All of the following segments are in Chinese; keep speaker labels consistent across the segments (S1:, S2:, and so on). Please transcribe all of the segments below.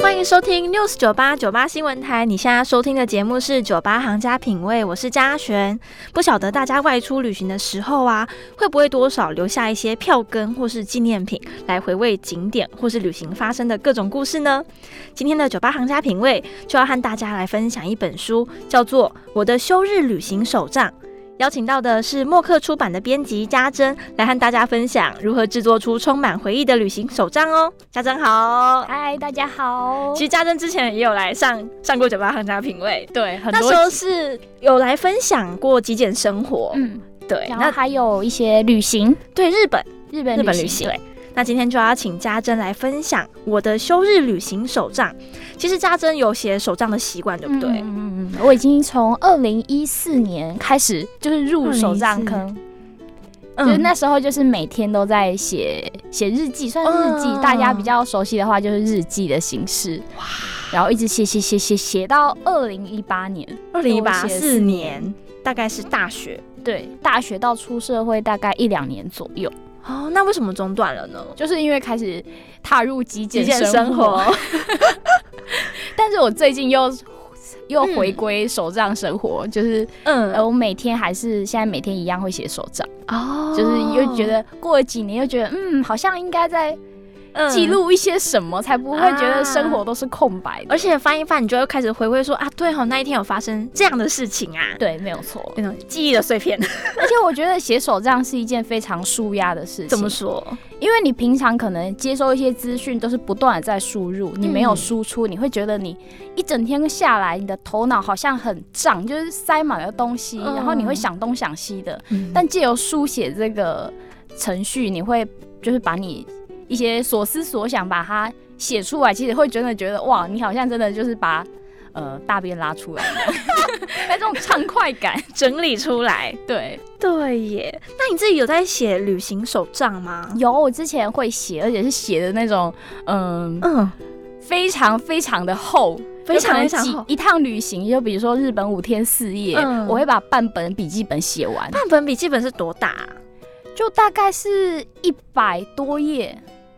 S1: 欢迎收听 News 九八九八新闻台，你现在收听的节目是《酒吧行家品味》，我是嘉璇。不晓得大家外出旅行的时候啊，会不会多少留下一些票根或是纪念品，来回味景点或是旅行发生的各种故事呢？今天的《酒吧行家品味》就要和大家来分享一本书，叫做《我的休日旅行手账》。邀请到的是默克出版的编辑家珍，来和大家分享如何制作出充满回忆的旅行手账哦。家珍好，
S2: 嗨，大家好。
S1: 其实家珍之前也有来上上过酒吧行家品味，
S2: 对，很
S1: 那
S2: 多
S1: 时候是有来分享过极简生活，
S2: 嗯，
S1: 对，
S2: 然后
S1: 哦哎那
S2: 还有一些旅行，
S1: 对日本
S2: 日本
S1: 日本旅行
S2: 对，
S1: 那今天就要请家珍来分享我的休日旅行手账。其实家珍有写手账的习惯，对不对？
S2: 嗯嗯嗯，我已经从二零一四年开始就是入手账坑，
S1: 嗯
S2: 就是那时候就是每天都在写写日记，算日记，
S1: 嗯
S2: 大家比较熟悉的话就是日记的形式，哇，然后一直写写写写写到二零一八年，
S1: 二零一八
S2: 我写
S1: 四
S2: 四
S1: 年，大概是大学
S2: 对，大学到出社会大概一两年左右，
S1: 哦。那为什么中断了呢？
S2: 就是因为开始踏入极
S1: 极
S2: 简
S1: 简生活，
S2: 但是我最近又又回归手账生活，就是
S1: 嗯
S2: 呃，我每天还是现在每天一样会写手账，
S1: 哦
S2: 就是又觉得过了几年又觉得嗯，好像应该在
S1: 嗯
S2: 记、录一些什么，才不会觉得生活都是空白
S1: 嗯
S2: 的。
S1: 而且翻一翻，你就会开始回味说啊，对哦，那一天有发生这样的事情啊，。
S2: 对，没有错
S1: 那种记忆的碎片。
S2: 而且我觉得写手账是一件非常舒压的事情。
S1: 怎么？说？
S2: 因为你平常可能接收一些资讯都是不断的在输入，你没有
S1: 嗯
S2: 输出，你会觉得你一整天下来，你的头脑好像很胀，就是塞满了东西，
S1: 嗯
S2: 然后你会想东想西的。
S1: 嗯
S2: 但借由书写这个程序，你会就是把你一些所思所想把它写出来，其实会真的觉得哇，你好像真的就是把呃大便拉出来 一样，那种畅快感。
S1: 整理出来。
S2: 对，
S1: 对耶，那你自己有在写旅行手账吗？
S2: 有我之前会写，而且是写的那种嗯、
S1: 嗯，
S2: 非常非常的厚。
S1: 非常非
S2: 有可能
S1: 常
S2: 几
S1: 厚
S2: 一趟旅行，就比如说日本五天四夜，
S1: 嗯
S2: 我会把半本笔记本写完，
S1: 半本笔记本是多大啊、
S2: 就大概是一百多页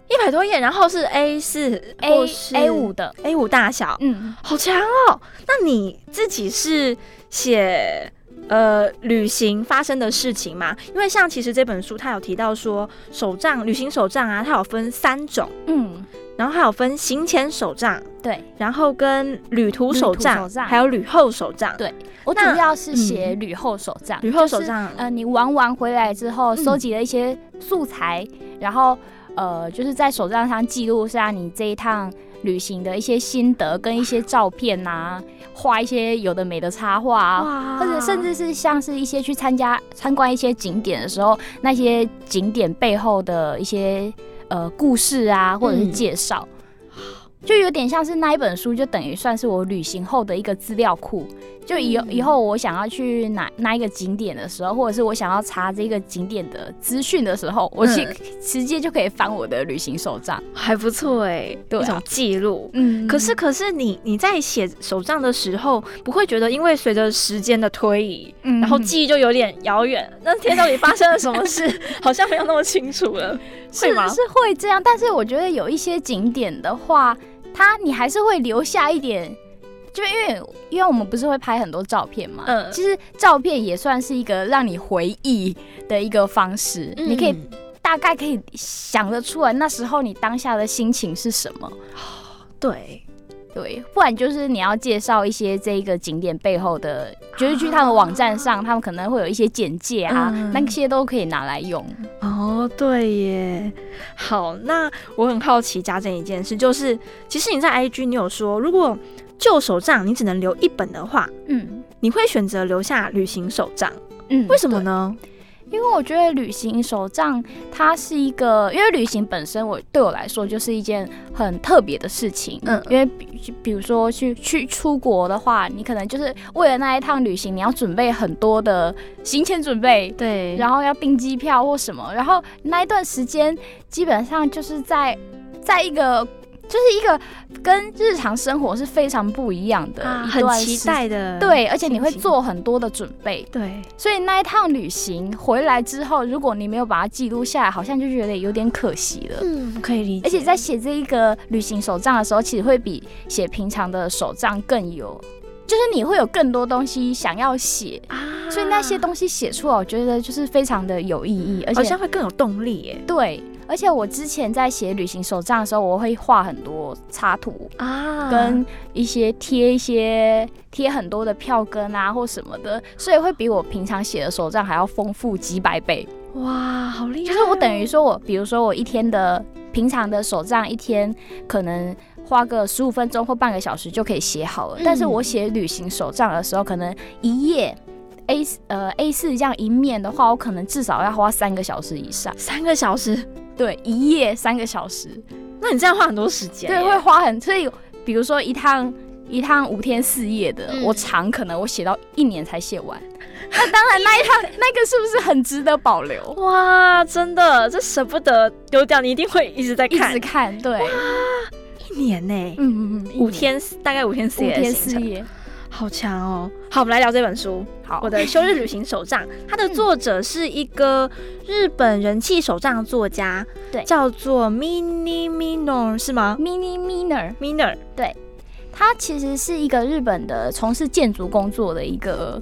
S1: 一百多页，然后是 A 四、
S2: ，A A 五、的，
S1: A 五大小，
S2: 嗯，
S1: 好强哦！那你自己是写呃旅行发生的事情吗？因为像其实这本书它有提到说手账、旅行手账啊，它有分三种，
S2: 嗯，
S1: 然后还有分行前手账，
S2: 对
S1: 然后跟旅途手
S2: 旅
S1: 账
S2: 途手，账
S1: 还有旅后手账。
S2: 对我主
S1: 那嗯
S2: 要是写旅后手账，
S1: 旅后手账
S2: 就是呃，你玩完回来之后，
S1: 嗯
S2: 收集了一些素材，然后呃，就是在手账上记录下你这一趟旅行的一些心得跟一些照片呐、画一些有的没的插画啊。
S1: 哇
S2: 或者甚至是像是一些去参加参观一些景点的时候，那些景点背后的一些呃故事啊，或者是
S1: 嗯
S2: 介绍，就有点像是那一本书，就等于算是我旅行后的一个资料库。就以
S1: 嗯
S2: 以后我想要去哪哪一个景点的时候，或者是我想要查这个景点的资讯的时候，我去
S1: 嗯
S2: 直接就可以翻我的旅行手账。
S1: 还不错哎，
S2: 对啊
S1: 一种记录。
S2: 嗯
S1: 可是，可是你你在写手账的时候，不会觉得因为随着时间的推移，然
S2: 然
S1: 后记忆就有点遥远，那天到底发生了什么事， 好像没有那么清楚了，
S2: 是啊
S1: 会吗？
S2: 是会这样，但是我觉得有一些景点的话，它你还是会留下一点，就因为因为我们不是会拍很多照片嘛，
S1: 嗯
S2: 其实照片也算是一个让你回忆的一个方式，你可以
S1: 嗯
S2: 大概可以想得出来那时候你当下的心情是什么。
S1: 对，
S2: 对，不然就是你要介绍一些这个景点背后的，就是去他们网站上，他们可能会有一些简介啊，
S1: 啊嗯
S2: 那些都可以拿来用。
S1: 哦，对耶。好，那我很好奇家政一件事，就是其实你在 IG 你有说，如果旧手账你只能留一本的话，
S2: 嗯
S1: 你会选择留下旅行手账，
S2: 嗯
S1: 为什么呢？
S2: 因为我觉得旅行手账它是一个，因为旅行本身我对我来说就是一件很特别的事情。
S1: 嗯
S2: 因为比比如说去去出国的话，你可能就是为了那一趟旅行，你要准备很多的行前准备，
S1: 对，
S2: 然后要订机票或什么，然后那一段时间基本上就是在在一个。就是一个跟日常生活是非常不一样的、
S1: 啊，
S2: 呃一
S1: 很
S2: 段
S1: 期
S2: 时
S1: 待的，
S2: 对，而且你
S1: 心
S2: 会
S1: 情
S2: 做很多的准备，
S1: 对，
S2: 所以那一趟旅行回来之后，如果你没有把它记录下来，好像就觉得有点可惜了。
S1: 嗯，可以理解。
S2: 而且在写这一个旅行手账的时候，其实会比写平常的手账更有，就是你会有更多东西想要写，
S1: 啊，
S2: 所以那些东西写出来，我觉得就是非常的有意义，而
S1: 好
S2: 且
S1: 像会更有动力耶
S2: 对，而且我之前在写旅行手账的时候，我会画很多插图，
S1: 啊，
S2: 跟一些贴一些贴很多的票根啊或什么的，所以会比我平常写的手账还要丰富几百倍。
S1: 哇，好厉害
S2: 就
S1: 哦！
S2: 是我等于说我，比如说我一天的平常的手账，一天可能花个十五分钟或半个小时就可以写好了，
S1: 嗯
S2: 但是我写旅行手账的时候，可能一页。A 呃 A 四这样一面的话，我可能至少要花三个小时以上。
S1: 三个小时，
S2: 对，一页三个小时。
S1: 那你这样花很多时间耶，
S2: 对，会花很，所以比如说一趟一趟五天四夜的，
S1: 嗯
S2: 我长可能我写到一年才写完。 那当然，那一趟那个是不是很值得保留？
S1: 哇，真的，这舍不得丢掉，你一定会一直在
S2: 一
S1: 看
S2: 直看，对，
S1: 一年呢，
S2: 嗯嗯嗯，
S1: 五
S2: 一年
S1: 天大概五天四
S2: 五
S1: 夜的
S2: 天
S1: 行
S2: 四
S1: 程，
S2: 夜，
S1: 好强哦！好，我们来聊这本书。
S2: 好，
S1: 我的《休日旅行手账》，它的作者是一个日本人气手账作家，
S2: 对
S1: 叫做 Mini Minor 是吗
S2: mini miner，
S1: ？Minor
S2: 他其实是一个日本的从事建筑工作的一个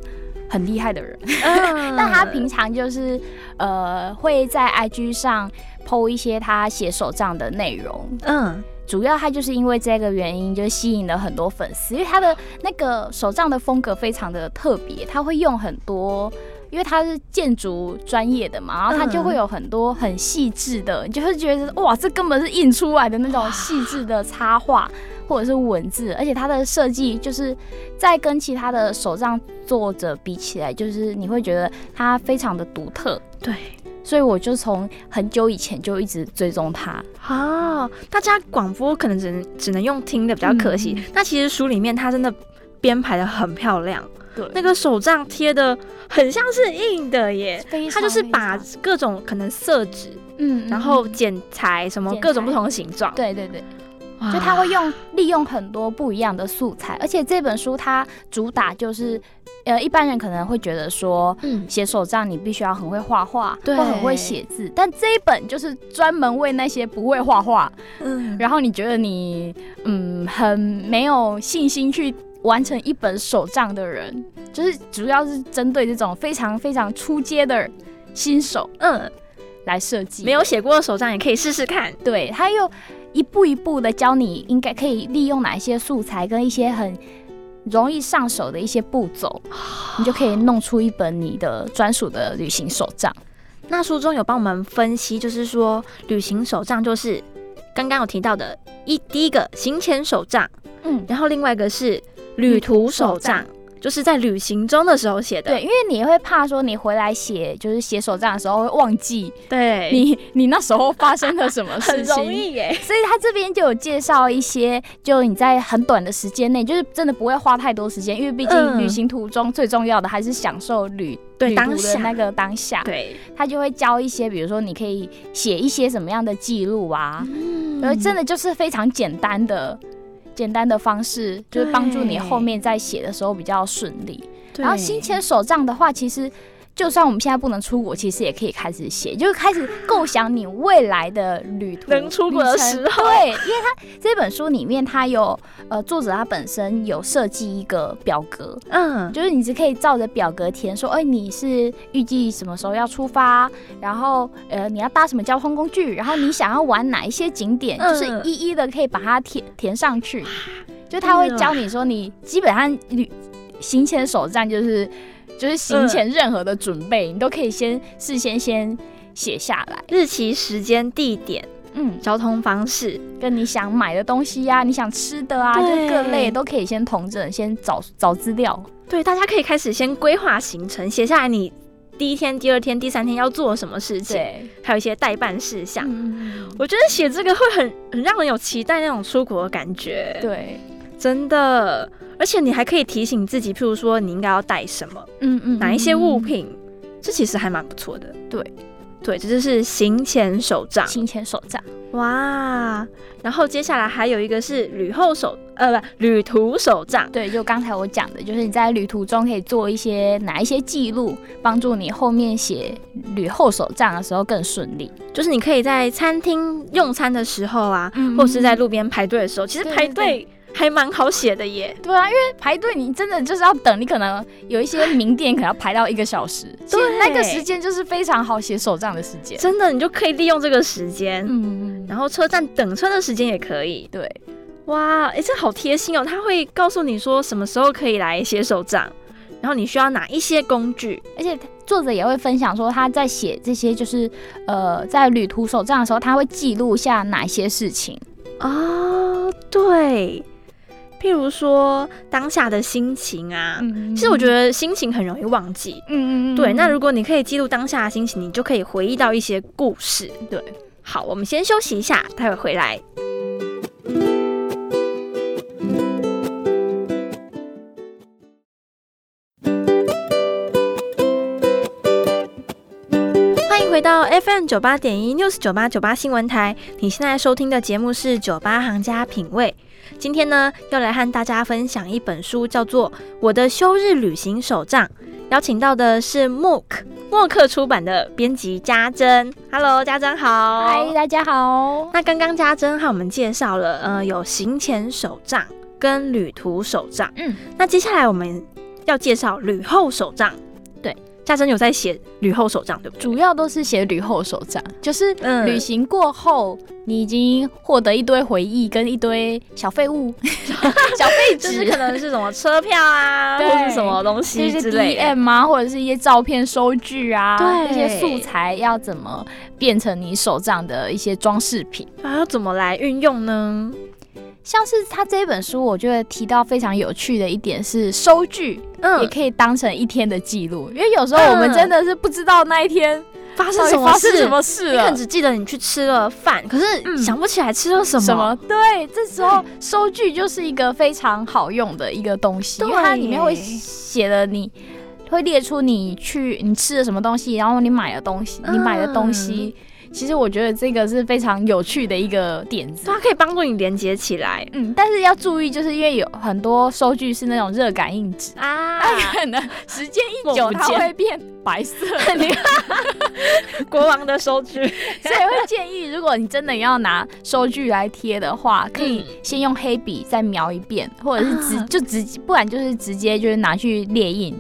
S2: 很厉害的人。
S1: 嗯
S2: 但他平常就是呃会在 IG 上 PO 一些他写手账的内容，
S1: 嗯
S2: 主要他就是因为这个原因，就吸引了很多粉丝，因为他的那个手账的风格非常的特别，他会用很多。因为他是建筑专业的嘛，然后他就会有很多很细致的，你就会觉得哇，这根本是印出来的那种细致的插画或者是文字，而且它的设计就是在跟其他的手账作者比起来，就是你会觉得它非常的独特，
S1: 对。
S2: 所以我就从很久以前就一直追踪他，
S1: 哦，大家广播可能只能只能用听的，比较可惜。
S2: 嗯
S1: 那其实书里面它真的编排的很漂亮，
S2: 对
S1: 那个手账贴的很像是印的耶。
S2: 非
S1: 它
S2: 常
S1: 就是
S2: 非
S1: 把
S2: 常
S1: 各种可能色纸，
S2: 嗯，
S1: 然后
S2: 嗯
S1: 剪裁什么
S2: 剪裁
S1: 各种不同的形状，
S2: 对对对，
S1: 哇，
S2: 就他会用利用很多不一样的素材，而且这本书它主打就是，呃，一般人可能会觉得说。
S1: 嗯
S2: 写手账你必须要很会画画，
S1: 对
S2: 或很会写字，但这一本就是专门为那些不会画画，
S1: 嗯，
S2: 然后你觉得你嗯很没有信心去完成一本手账的人，就是主要是针对这种非常非常出街的新手
S1: 嗯，
S2: 来设计。
S1: 没有写过的手账也可以试试看。
S2: 对，他又一步一步的教你应该可以利用哪一些素材跟一些很容易上手的一些步骤，你就可以弄出一本你的专属的旅行手账。
S1: 那书中有帮我们分析，就是说旅行手账就是刚刚有提到的一第一个行前手账，
S2: 嗯，
S1: 然后另外一个是旅途手账
S2: 旅，
S1: 就是在旅行中的时候写的。
S2: 对，因为你会怕说你回来写就是写手账的时候会忘记
S1: 对你
S2: 你你那时候发生了什么事 情，
S1: 很容易耶。
S2: 所以他这边就有介绍一些，就你在很短的时间内，就是真的不会花太多时间，因为毕竟
S1: 嗯
S2: 旅行途中最重要的还是享受旅
S1: 对
S2: 旅途
S1: 当
S2: 的
S1: 下
S2: 那个当下。
S1: 对，
S2: 他就会教一些，比如说你可以写一些什么样的记录啊，然后真
S1: 的
S2: 的就是非常简单的。简单的方式就是帮助你
S1: 对
S2: 后面在写的时候比较顺利。然后新签手账的话，其实就算我们现在不能出国，其实也可以开始写，就是开始构想你未来的旅途
S1: 能出国的
S2: 旅程
S1: 时候
S2: 对，因为他这本书里面，他有呃作者他本身有设计一个表格，
S1: 嗯
S2: 就是你只可以照着表格填，说，哎、你是预计什么时候要出发，然后呃，你要搭什么交通工具，然后你想要玩哪一些景点，
S1: 嗯
S2: 就是一一的可以把它填填上去。就他
S1: 哦
S2: 会教你说，你基本上旅行前首站就是就是行前任何的准备，你都可以先事先先写下来。
S1: 日期、时间、地点、
S2: 嗯，
S1: 交通方式，
S2: 跟你想买的东西呀、你想吃的啊，就
S1: 对
S2: 各类都可以先同整，先找找资料。
S1: 对，大家可以开始先规划行程，写下来你第一天、第二天、第三天要做什么事情，
S2: 对，
S1: 还有一些代办事项。
S2: 嗯，
S1: 我觉得写这个会很很让人有期待那种出国的感觉，
S2: 对，
S1: 真的。而且你还可以提醒自己，譬如说你应该要带什么，
S2: 嗯嗯
S1: 哪一些物品，这其实还蛮不错的。
S2: 对，
S1: 对，这就是行前手账。
S2: 金钱手账，
S1: 哇，然后接下来还有一个是旅后手，呃，不，旅途手账。
S2: 对，就刚才我讲的，就是你在旅途中可以做一些哪一些记录，帮助你后面写旅后手账的时候更顺利，
S1: 就是你可以在餐厅用餐的时候啊，
S2: 嗯
S1: 或者是在路边排队的时候，其实
S2: 对
S1: 排
S2: 对
S1: 队还蛮好写的 耶。
S2: 对啊，因为排队你真的就是要等，你可能有一些名店可能要排到一个小时，其实那个时间就是非常好写手账的时间。
S1: 真的，你就可以利用这个时间，
S2: 嗯，
S1: 然后车站等车的时间也可以。
S2: 对，
S1: 哇，哎、这好贴心哦！他会告诉你说什么时候可以来写手账，然后你需要哪一些工具。
S2: 而且作者也会分享说他在写这些就是呃在旅途手账的时候，他会记录下哪些事情。
S1: 哦，对，譬如说当下的心情啊，
S2: 嗯
S1: 其实我觉，得心情很容易忘记。
S2: 嗯嗯
S1: 对，那如果你可以记录当下的心情，你就可以回忆到一些故事。
S2: 对，
S1: 好，我们先休息一下，待会回来。欢迎回到 FM 九八点一 News 九八九八新闻台，你现在收听的节目是《酒吧行家品味》。今天呢，要来和大家分享一本书，叫做《我的休日旅行手账》，邀请到的是 MOOC 默克出版的编辑家珍。Hello，家珍好。
S2: 嗨，大家好。
S1: 那刚刚家珍和我们介绍了，呃，有行前手账跟旅途手账。
S2: 嗯，
S1: 那接下来我们要介绍旅后手账。
S2: 对，
S1: 家珍有在写旅后手账，对不对？
S2: 主要都是写旅后手账，就是
S1: 嗯
S2: 旅行过后，你已经获得一堆回忆跟一堆小废物、 小废
S1: 就
S2: 纸，
S1: 是可能是什么车票 啊，
S2: 对
S1: 或是什么东
S2: 这
S1: 西
S2: 些
S1: 之类的。
S2: DM 啊，或者是一些照片收据啊，
S1: 对
S2: 这些素材要怎么变成你手账的一些装饰品？
S1: 啊，要怎么来运用呢？
S2: 像是他这本书，我觉得提到非常有趣的一点是，收据也
S1: 嗯，
S2: 可以当成一天的记录，因为有时候我们
S1: 嗯
S2: 真的是不知道那一天
S1: 发
S2: 到
S1: 生
S2: 底
S1: 什么
S2: 发
S1: 事？
S2: 生什么事
S1: 你可
S2: 了
S1: 能。只记得你去吃了饭，可是
S2: 嗯
S1: 想不起来吃了什么。
S2: 什么？对，这时候收据就是一个非常好用的一个东西，因为它
S1: 对
S2: 里面会写了你。会列出你去你吃的什么东西，然后你买的东西，
S1: 嗯
S2: 你买的东西，其实我觉得这个是非常有趣的一个点子
S1: 对，。它可以帮助你连接起来
S2: 嗯，但是要注意，就是因为有很多收据是那种热感应 纸，
S1: 啊
S2: 它可能时间一久
S1: 我不见
S2: 它会变白色，
S1: 你看，国王的收据，
S2: 所以会建议，如果你真的要拿收据来贴的话，可以先用黑笔再描一遍，或者是直、
S1: 啊
S2: 就直，不然就是直接就是拿去列印，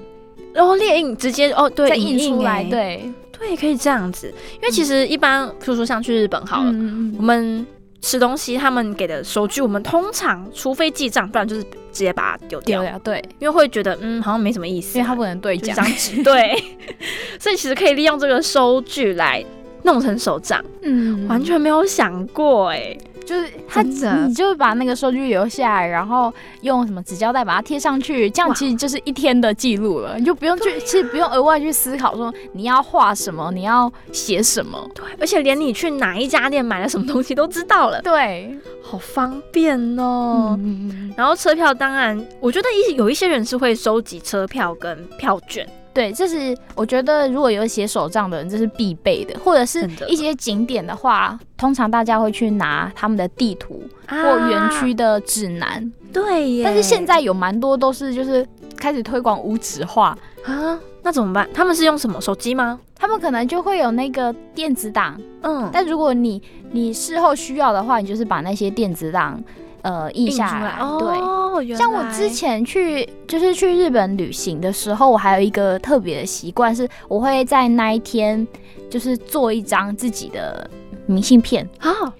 S1: 然后列印直接哦，对，
S2: 再印出来。
S1: 欸
S2: 对，
S1: 对，可以这样子。因为其实一般，譬如说像去日本好了，
S2: 嗯
S1: 我们吃东西他们给的收据，我们通常除非记账，不然就是直接把它丢
S2: 丢
S1: 掉，
S2: 了，对，
S1: 因为会觉得嗯好像没什么意思
S2: 因
S1: 啊，
S2: 为它不能对
S1: 就一
S2: 讲
S1: 张。纸。对， 所以其实可以利用这个收据来弄成手账，
S2: 嗯
S1: 完全没有想过哎、欸
S2: 就是它，
S1: 真的
S2: 你就把那个收据留下来，然后用什么纸胶带把它贴上去，这样
S1: 哇
S2: 其实就是一天的记录了，你就不用去，其实不用额外去思考说你要画什么，你要写什么。
S1: 对，而且连你去哪一家店买了什么东西都知道了，
S2: 对，
S1: 好方便哦。
S2: 嗯嗯嗯
S1: 然后车票当然，我觉得一有一些人是会收集车票跟票券，
S2: 对，这是我觉得如果有写手账的人，这是必备的，或者是
S1: 真的
S2: 一些景点的话，通常大家会去拿他们的地图或
S1: 啊
S2: 园区的指南。
S1: 对耶。
S2: 但是现在有蛮多都是就是开始推广无纸化，
S1: 啊，那怎么办？他们是用什么手机吗？
S2: 他们可能就会有那个电子档，
S1: 嗯，
S2: 但如果你你事后需要的话，你就是把那些电子档呃印
S1: 印出
S2: 下来，
S1: 来
S2: 对。
S1: 哦，原来
S2: 像我之前去就是去日本旅行的时候，我还有一个特别的习惯，是我会在那一天就是做一张自己的明信片，
S1: 啊，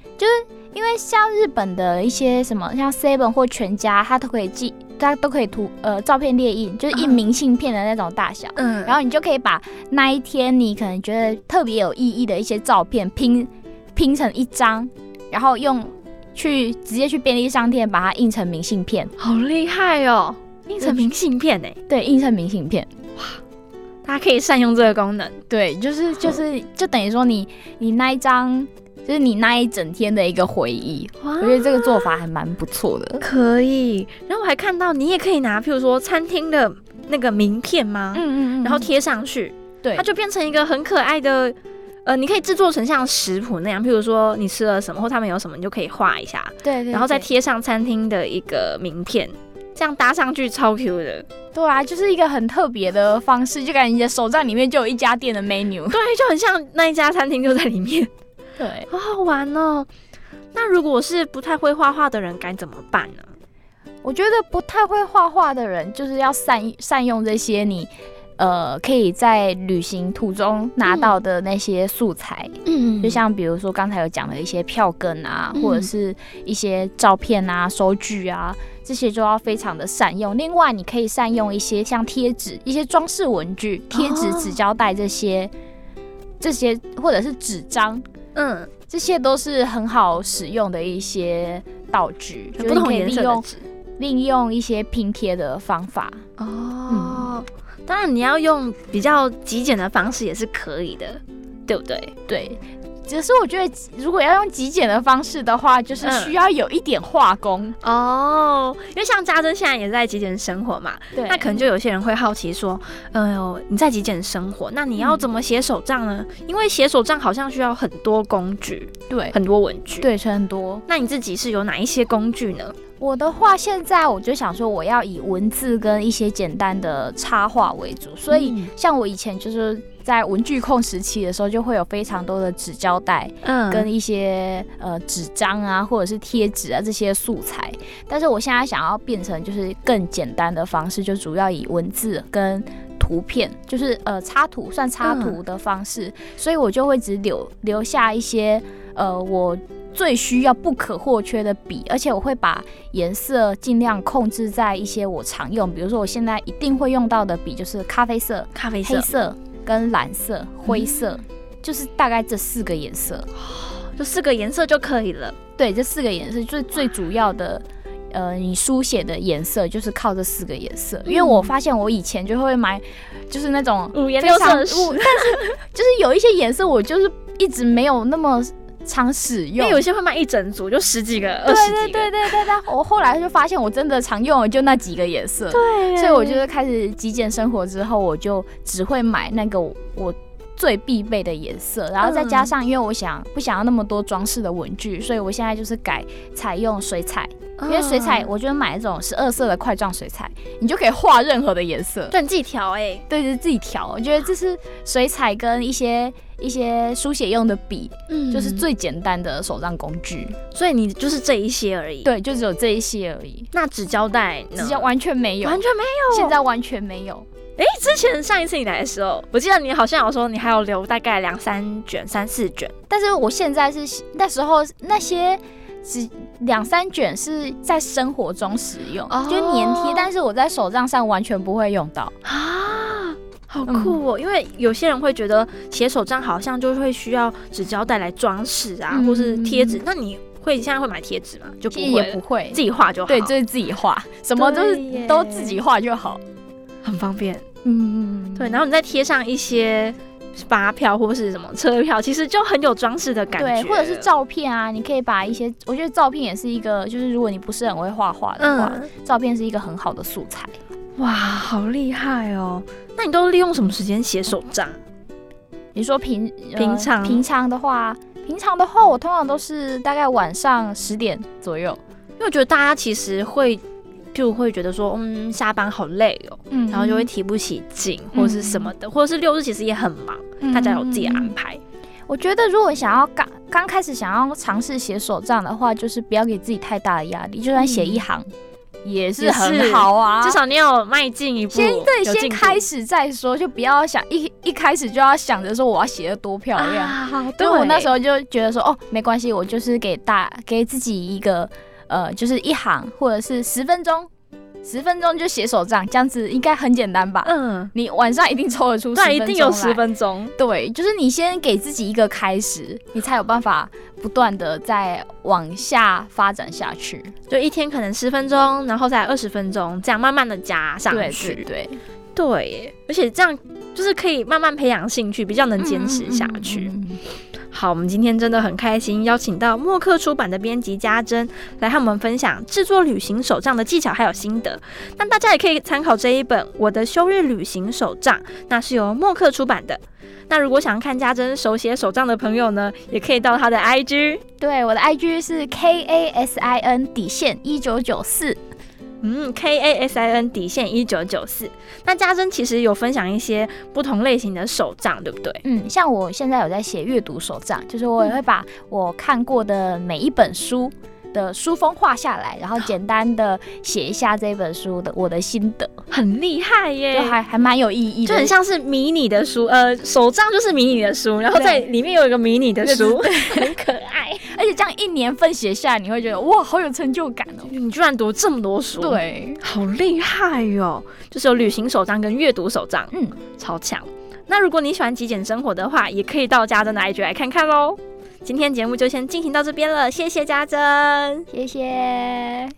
S2: 因为像日本的一些什么像 Seven 或全家，它都可以寄，它都可以图呃照片列印，就是印
S1: 嗯
S2: 明信片的那种大小。
S1: 嗯，
S2: 然后你就可以把那一天你可能觉得特别有意义的一些照片拼拼成一张，然后用去直接去便利商店把它印成明信片，欸
S1: 好厉害哦，印成明信片哎，
S2: 对，印成明信片。
S1: 大家可以善用这个功能。
S2: 对，就是就是就等于说你你那一张，就是你那一整天的一个回忆，
S1: 哇
S2: 我觉得这个做法还蛮不错的。
S1: 可以。然后我还看到你也可以拿，譬如说餐厅的那个名片吗？
S2: 嗯
S1: 然后贴上去，
S2: 对，
S1: 它就变成一个很可爱的，呃，你可以制作成像食谱那样，譬如说你吃了什么或他们有什么，你就可以画一下，
S2: 对对，
S1: 然后再
S2: 对
S1: 贴上餐厅的一个名片，这样搭上去超 Q 的，
S2: 对啊，就是一个很特别的方式，就感觉你的手账里面就有一家店的 menu。
S1: 对，就很像那一家餐厅就在里 面，
S2: 对，
S1: 好好玩哦。那如果是不太会画画的人该怎么办呢？
S2: 我觉得不太会画画的人，就是要善善用这些你呃可以在旅行途中拿到的那些素材，
S1: 嗯
S2: 就像比如说刚才有讲的一些票根啊，
S1: 嗯
S2: 或者是一些照片啊、收据啊，这些就要非常的善用。另外，你可以善用一些像贴纸、一些装饰文具、贴纸、
S1: 哦
S2: 纸胶带这些、这些，或者是纸张，
S1: 嗯，
S2: 这些都是很好使用的一些道具，就
S1: 不
S2: 是你
S1: 同
S2: 可以
S1: 颜
S2: 利
S1: 色的
S2: 用
S1: 纸
S2: 利用一些拼贴的方法。
S1: 哦。当然，你要用比较极简的方式也是可以的，对不对？
S2: 对，只是我觉得如果要用极简的方式的话，就是
S1: 嗯
S2: 需要有一点画工。
S1: 哦，因为像家珍现在也在极简生活嘛，
S2: 对，
S1: 那可能就有些人会好奇说，哎呦，你在极简生活，那你要怎么写手账呢？因为写手账好像需要很多工具，
S2: 对
S1: 很多文具。，
S2: 对，很多。
S1: 那你自己是有哪一些工具呢？
S2: 我的话，现在我就想说，我要以文字跟一些简单的插画为主，所以
S1: 嗯
S2: 像我以前就是在文具控时期的时候，就会有非常多的纸胶带
S1: 嗯
S2: 跟一些呃纸张啊，或者是贴纸啊这些素材。但是我现在想要变成就是更简单的方式，就主要以文字跟图片，就是呃插图算插图的方式，所以我就会只留留下一些呃我。最需要不可或缺的笔，而且我会把颜色尽量控制在一些我常用，比如说我现在一定会用到的笔就是咖啡色、
S1: 咖啡色
S2: 黑，色跟蓝色、灰色，就是大概这四个颜色。
S1: 就四个颜色就可以了。
S2: 对，这四个颜色就是最主要的。呃，你书写的颜色就是靠这四个颜色，因为我发现我以前就会买，就是那种
S1: 五颜
S2: 非
S1: 六色
S2: 常
S1: 的
S2: 物，但是就是有一些颜色我就是一直没有那么常使
S1: 因
S2: 用
S1: 为。有些会卖一整组，就十几个、二
S2: 对
S1: 十
S2: 对
S1: 几
S2: 对
S1: 个。
S2: 对对对，我后来就发现我真的常用的就那几个颜色，
S1: 对
S2: 所以我就是开始极简生活之后，我就只会买那个我我最必备的颜色，然后再加上因为我想不想要那么多装饰的文具，所以我现在就是改采用水彩，
S1: 嗯
S2: 因为水彩我觉得买那种十二色的块状水彩，你就可以画任何的颜色。
S1: 对你自己调哎、
S2: 对，就是自己调。我觉得这是水彩跟一些一些书写用的笔，
S1: 嗯
S2: 就是，最简单的手账工具。
S1: 所以你就是这一些而已。，
S2: 对，就只有这一些而已，
S1: 那纸胶带呢？
S2: 直接完全没有，
S1: 完全没有。
S2: 现在完全哦没有。
S1: 哎，之前上一次你来的时候，我记得你好像有说你还有留大概两三卷、三四卷。
S2: 但是我现在是那时候那些只两三卷是在生活中使用，
S1: 哦
S2: 就粘贴，但是我在手账上完全不会用到。
S1: 啊，好酷哦！因为有些人会觉得写手账好像就会需要纸胶带来装饰啊，
S2: 嗯
S1: 或是贴纸。那你会现在会买贴纸吗？就不
S2: 其
S1: 会
S2: 实也
S1: 了
S2: 不会
S1: 自，己画就好，
S2: 对，就是自己画，什么都
S1: 对
S2: 是
S1: 耶
S2: 都自己画就好。
S1: 很方便。
S2: 嗯嗯
S1: 对，然后你再贴上一些发票或是什么车票，其实就很有装饰的感觉，
S2: 对，或者是。照片啊，你可以把一些，我觉得照片也是一个，就是如果你不是很会画画的话，
S1: 嗯，
S2: 照片是一个很好的素材。
S1: 哇，好厉害哦！那你都利用什么时间写手账？
S2: 你说平、呃
S1: 平常
S2: 平常的话，平常的话，我通常都是大概晚上十点左右，
S1: 因为我觉得大家其实会就会觉得说，嗯，下班好累哦，
S2: 嗯
S1: 然后就会提不起劲，或是什么的，或者是六日其实也很忙，
S2: 嗯
S1: 大家有自
S2: 啊
S1: 己的安排。
S2: 我觉得，如果想要刚刚开始想要尝试写手账的话，就是不要给自己太大的压力，就算写一行、嗯也是很好 啊。
S1: 至少你有迈进一步，
S2: 先对，
S1: 嗯有
S2: 先
S1: 进步
S2: 开始再说，就不要想一一开始就要想着说我要写的多漂亮。
S1: 啊！
S2: 对
S1: 对
S2: 我那时
S1: 候
S2: 候就觉得说，哦，没关系，我就是给大给自己一个呃，就是一行或者是十分钟，十分钟就写手账，这样子应该很简单吧？
S1: 嗯，
S2: 你晚上一定抽得出，
S1: 对，一定有十。分钟。
S2: 对，就是你先给自己一个开始，你才有办法不断的再往下发展下去。
S1: 就一天可能十分钟，然后再二十分钟，这样慢慢的加上
S2: 对
S1: 去。
S2: 对对，
S1: 对耶，而且这样就是可以慢慢培养兴趣，比较能坚持下去。
S2: 嗯嗯嗯嗯
S1: 好，我们今天真的很开心，邀请到默克出版的编辑家珍来和我们分享制作旅行手账的技巧还有心得。那大家也可以参考这一本《我的休日旅行手账》，那是由默克出版的。那如果想看家珍手写手账的朋友呢，也可以到她的 IG。
S2: 对，我的 IG 是 K A S I N 底线一九九四。
S1: 嗯，K A S I N 底线一九九四。那家珍其实有分享一些不同类型的手账，对不对？
S2: 嗯，像我现在有在写阅读手账，就是我也会把我看过的每一本书的书封画下来，然后简单的写一下这本书的我的心得，
S1: 很厉害耶，
S2: 就还还蛮有意义的，
S1: 就很像是迷你的书，呃，手账就是迷你的书，然后在里面有一个迷你的 书，很可爱。
S2: 而且这样一年份写下来，你会觉得哇，好有成就感哦。
S1: 你居然读这么多书，，
S2: 对，
S1: 好厉害哟、就是有旅行手账跟阅读手账，
S2: 嗯，
S1: 超强。那如果你喜欢极简生活的话，也可以到家珍的 IG 来看哦看喽。今天节目就先进行到这边了，谢谢家珍。
S2: 谢谢。